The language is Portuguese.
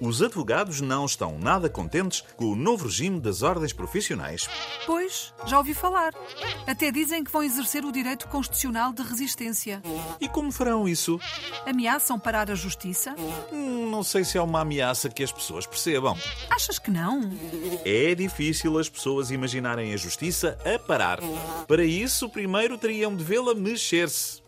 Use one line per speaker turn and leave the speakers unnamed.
Os advogados não estão nada contentes com o novo regime das ordens profissionais.
Pois, já ouvi falar. Até dizem que vão exercer o direito constitucional de resistência.
E como farão isso?
Ameaçam parar a justiça?
Hum, Não sei se é uma ameaça que as pessoas percebam.
Achas que não?
É difícil as pessoas imaginarem a justiça a parar. Para isso, primeiro teriam de vê-la mexer-se.